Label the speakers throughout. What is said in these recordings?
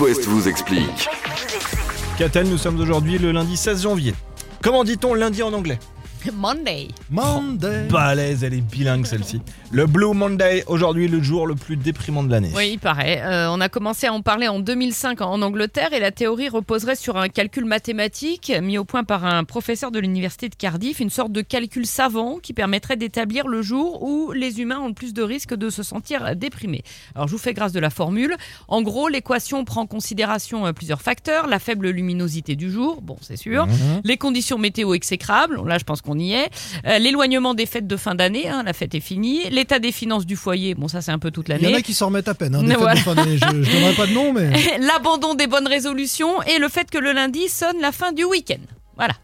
Speaker 1: West vous explique.
Speaker 2: Catel, nous sommes aujourd'hui le lundi 16 janvier. Comment dit-on lundi en anglais
Speaker 3: Monday.
Speaker 2: Monday. Balèze, elle est bilingue celle-ci. Le Blue Monday, aujourd'hui le jour le plus déprimant de l'année.
Speaker 3: Oui, il paraît. Euh, on a commencé à en parler en 2005 en Angleterre et la théorie reposerait sur un calcul mathématique mis au point par un professeur de l'université de Cardiff, une sorte de calcul savant qui permettrait d'établir le jour où les humains ont le plus de risques de se sentir déprimés. Alors je vous fais grâce de la formule. En gros, l'équation prend en considération euh, plusieurs facteurs. La faible luminosité du jour, bon c'est sûr.
Speaker 4: Mhm.
Speaker 3: Les conditions météo exécrables, là je pense qu'on y est. Euh, L'éloignement des fêtes de fin d'année, hein, la fête est finie. L'état des finances du foyer, bon ça c'est un peu toute
Speaker 4: Il y en a
Speaker 3: l'année.
Speaker 4: qui s'en remettent à peine. hein, des
Speaker 3: Mais
Speaker 4: fêtes de
Speaker 3: voilà.
Speaker 4: fin d'année. je, je donnerai pas de nom, mais
Speaker 3: L'abandon des bonnes résolutions et le fait que le lundi sonne la fin du week-end. Voilà.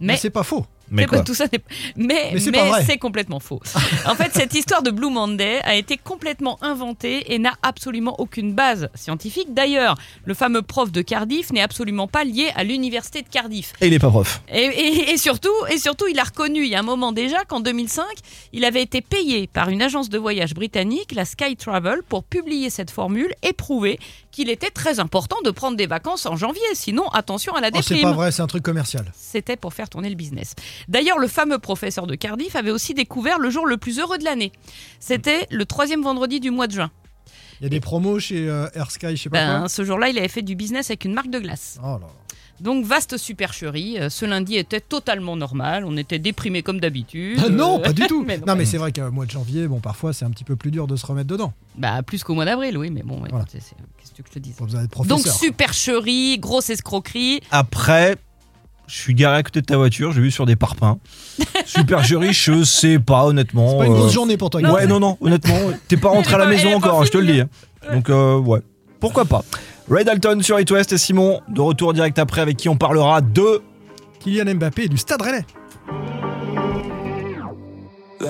Speaker 4: mais
Speaker 3: Mais
Speaker 4: c'est pas faux.
Speaker 2: Mais
Speaker 3: C'est
Speaker 2: quoi
Speaker 3: pas- tout ça n'est- mais,
Speaker 4: Mais c'est
Speaker 3: mais
Speaker 4: pas vrai.
Speaker 3: c'est complètement faux. en fait, cette histoire de Blue Monday a été complètement inventée et n'a absolument aucune base scientifique. D'ailleurs, le fameux prof de Cardiff n'est absolument pas lié à l'université de Cardiff.
Speaker 2: Et il est pas prof.
Speaker 3: Et, et- et surtout, et surtout, il a reconnu il y a un moment déjà qu'en 2005, il avait été payé par une agence de voyage britannique, la Sky Travel, pour publier cette formule et prouver qu'il était très important de prendre des vacances en janvier. Sinon, attention à la
Speaker 4: Oh,
Speaker 3: déprime.
Speaker 4: c'est pas vrai, c'est un truc commercial.
Speaker 3: C'était pour faire tourner le business. D'ailleurs, le fameux professeur de Cardiff avait aussi découvert le jour le plus heureux de l'année. C'était le troisième vendredi du mois de juin.
Speaker 4: Il y a des promos chez euh, Air Sky, je sais pas
Speaker 3: Ben, ce jour-là, il avait fait du business avec une marque de glace.
Speaker 4: quoi. Oh là là.
Speaker 3: Donc, vaste supercherie. Euh, Ce lundi était totalement normal. On était déprimés comme d'habitude.
Speaker 4: Ah non,
Speaker 3: Euh,
Speaker 4: pas du tout.
Speaker 3: mais non.
Speaker 4: non. mais c'est vrai qu'au mois de janvier, bon, parfois c'est un petit peu plus dur de se remettre dedans.
Speaker 3: Bah, plus qu'au mois d'avril, oui. Mais bon, ouais,
Speaker 4: Voilà.
Speaker 3: c'est- c'est- qu'est-ce que tu veux que je te dise
Speaker 4: Pas besoin d'être professeur.
Speaker 3: Donc, supercherie, grosse escroquerie.
Speaker 2: Après, je suis garé à côté de ta voiture, j'ai vu sur des parpaings. Supercherie, je sais pas honnêtement.
Speaker 4: C'est pas une
Speaker 2: euh,
Speaker 4: grosse journée pour toi.
Speaker 2: Ouais,
Speaker 4: Guillaume.
Speaker 2: non, non, honnêtement, t'es pas rentré à la
Speaker 3: Elle est pas-
Speaker 2: maison
Speaker 3: elle est pas
Speaker 2: encore, hein, je te le dis.
Speaker 3: finie,
Speaker 2: hein. Donc, euh, ouais, pourquoi pas. Ray Dalton sur It West et Simon, de retour direct après avec qui on parlera de...
Speaker 4: Kylian Mbappé et du Stade Rennais.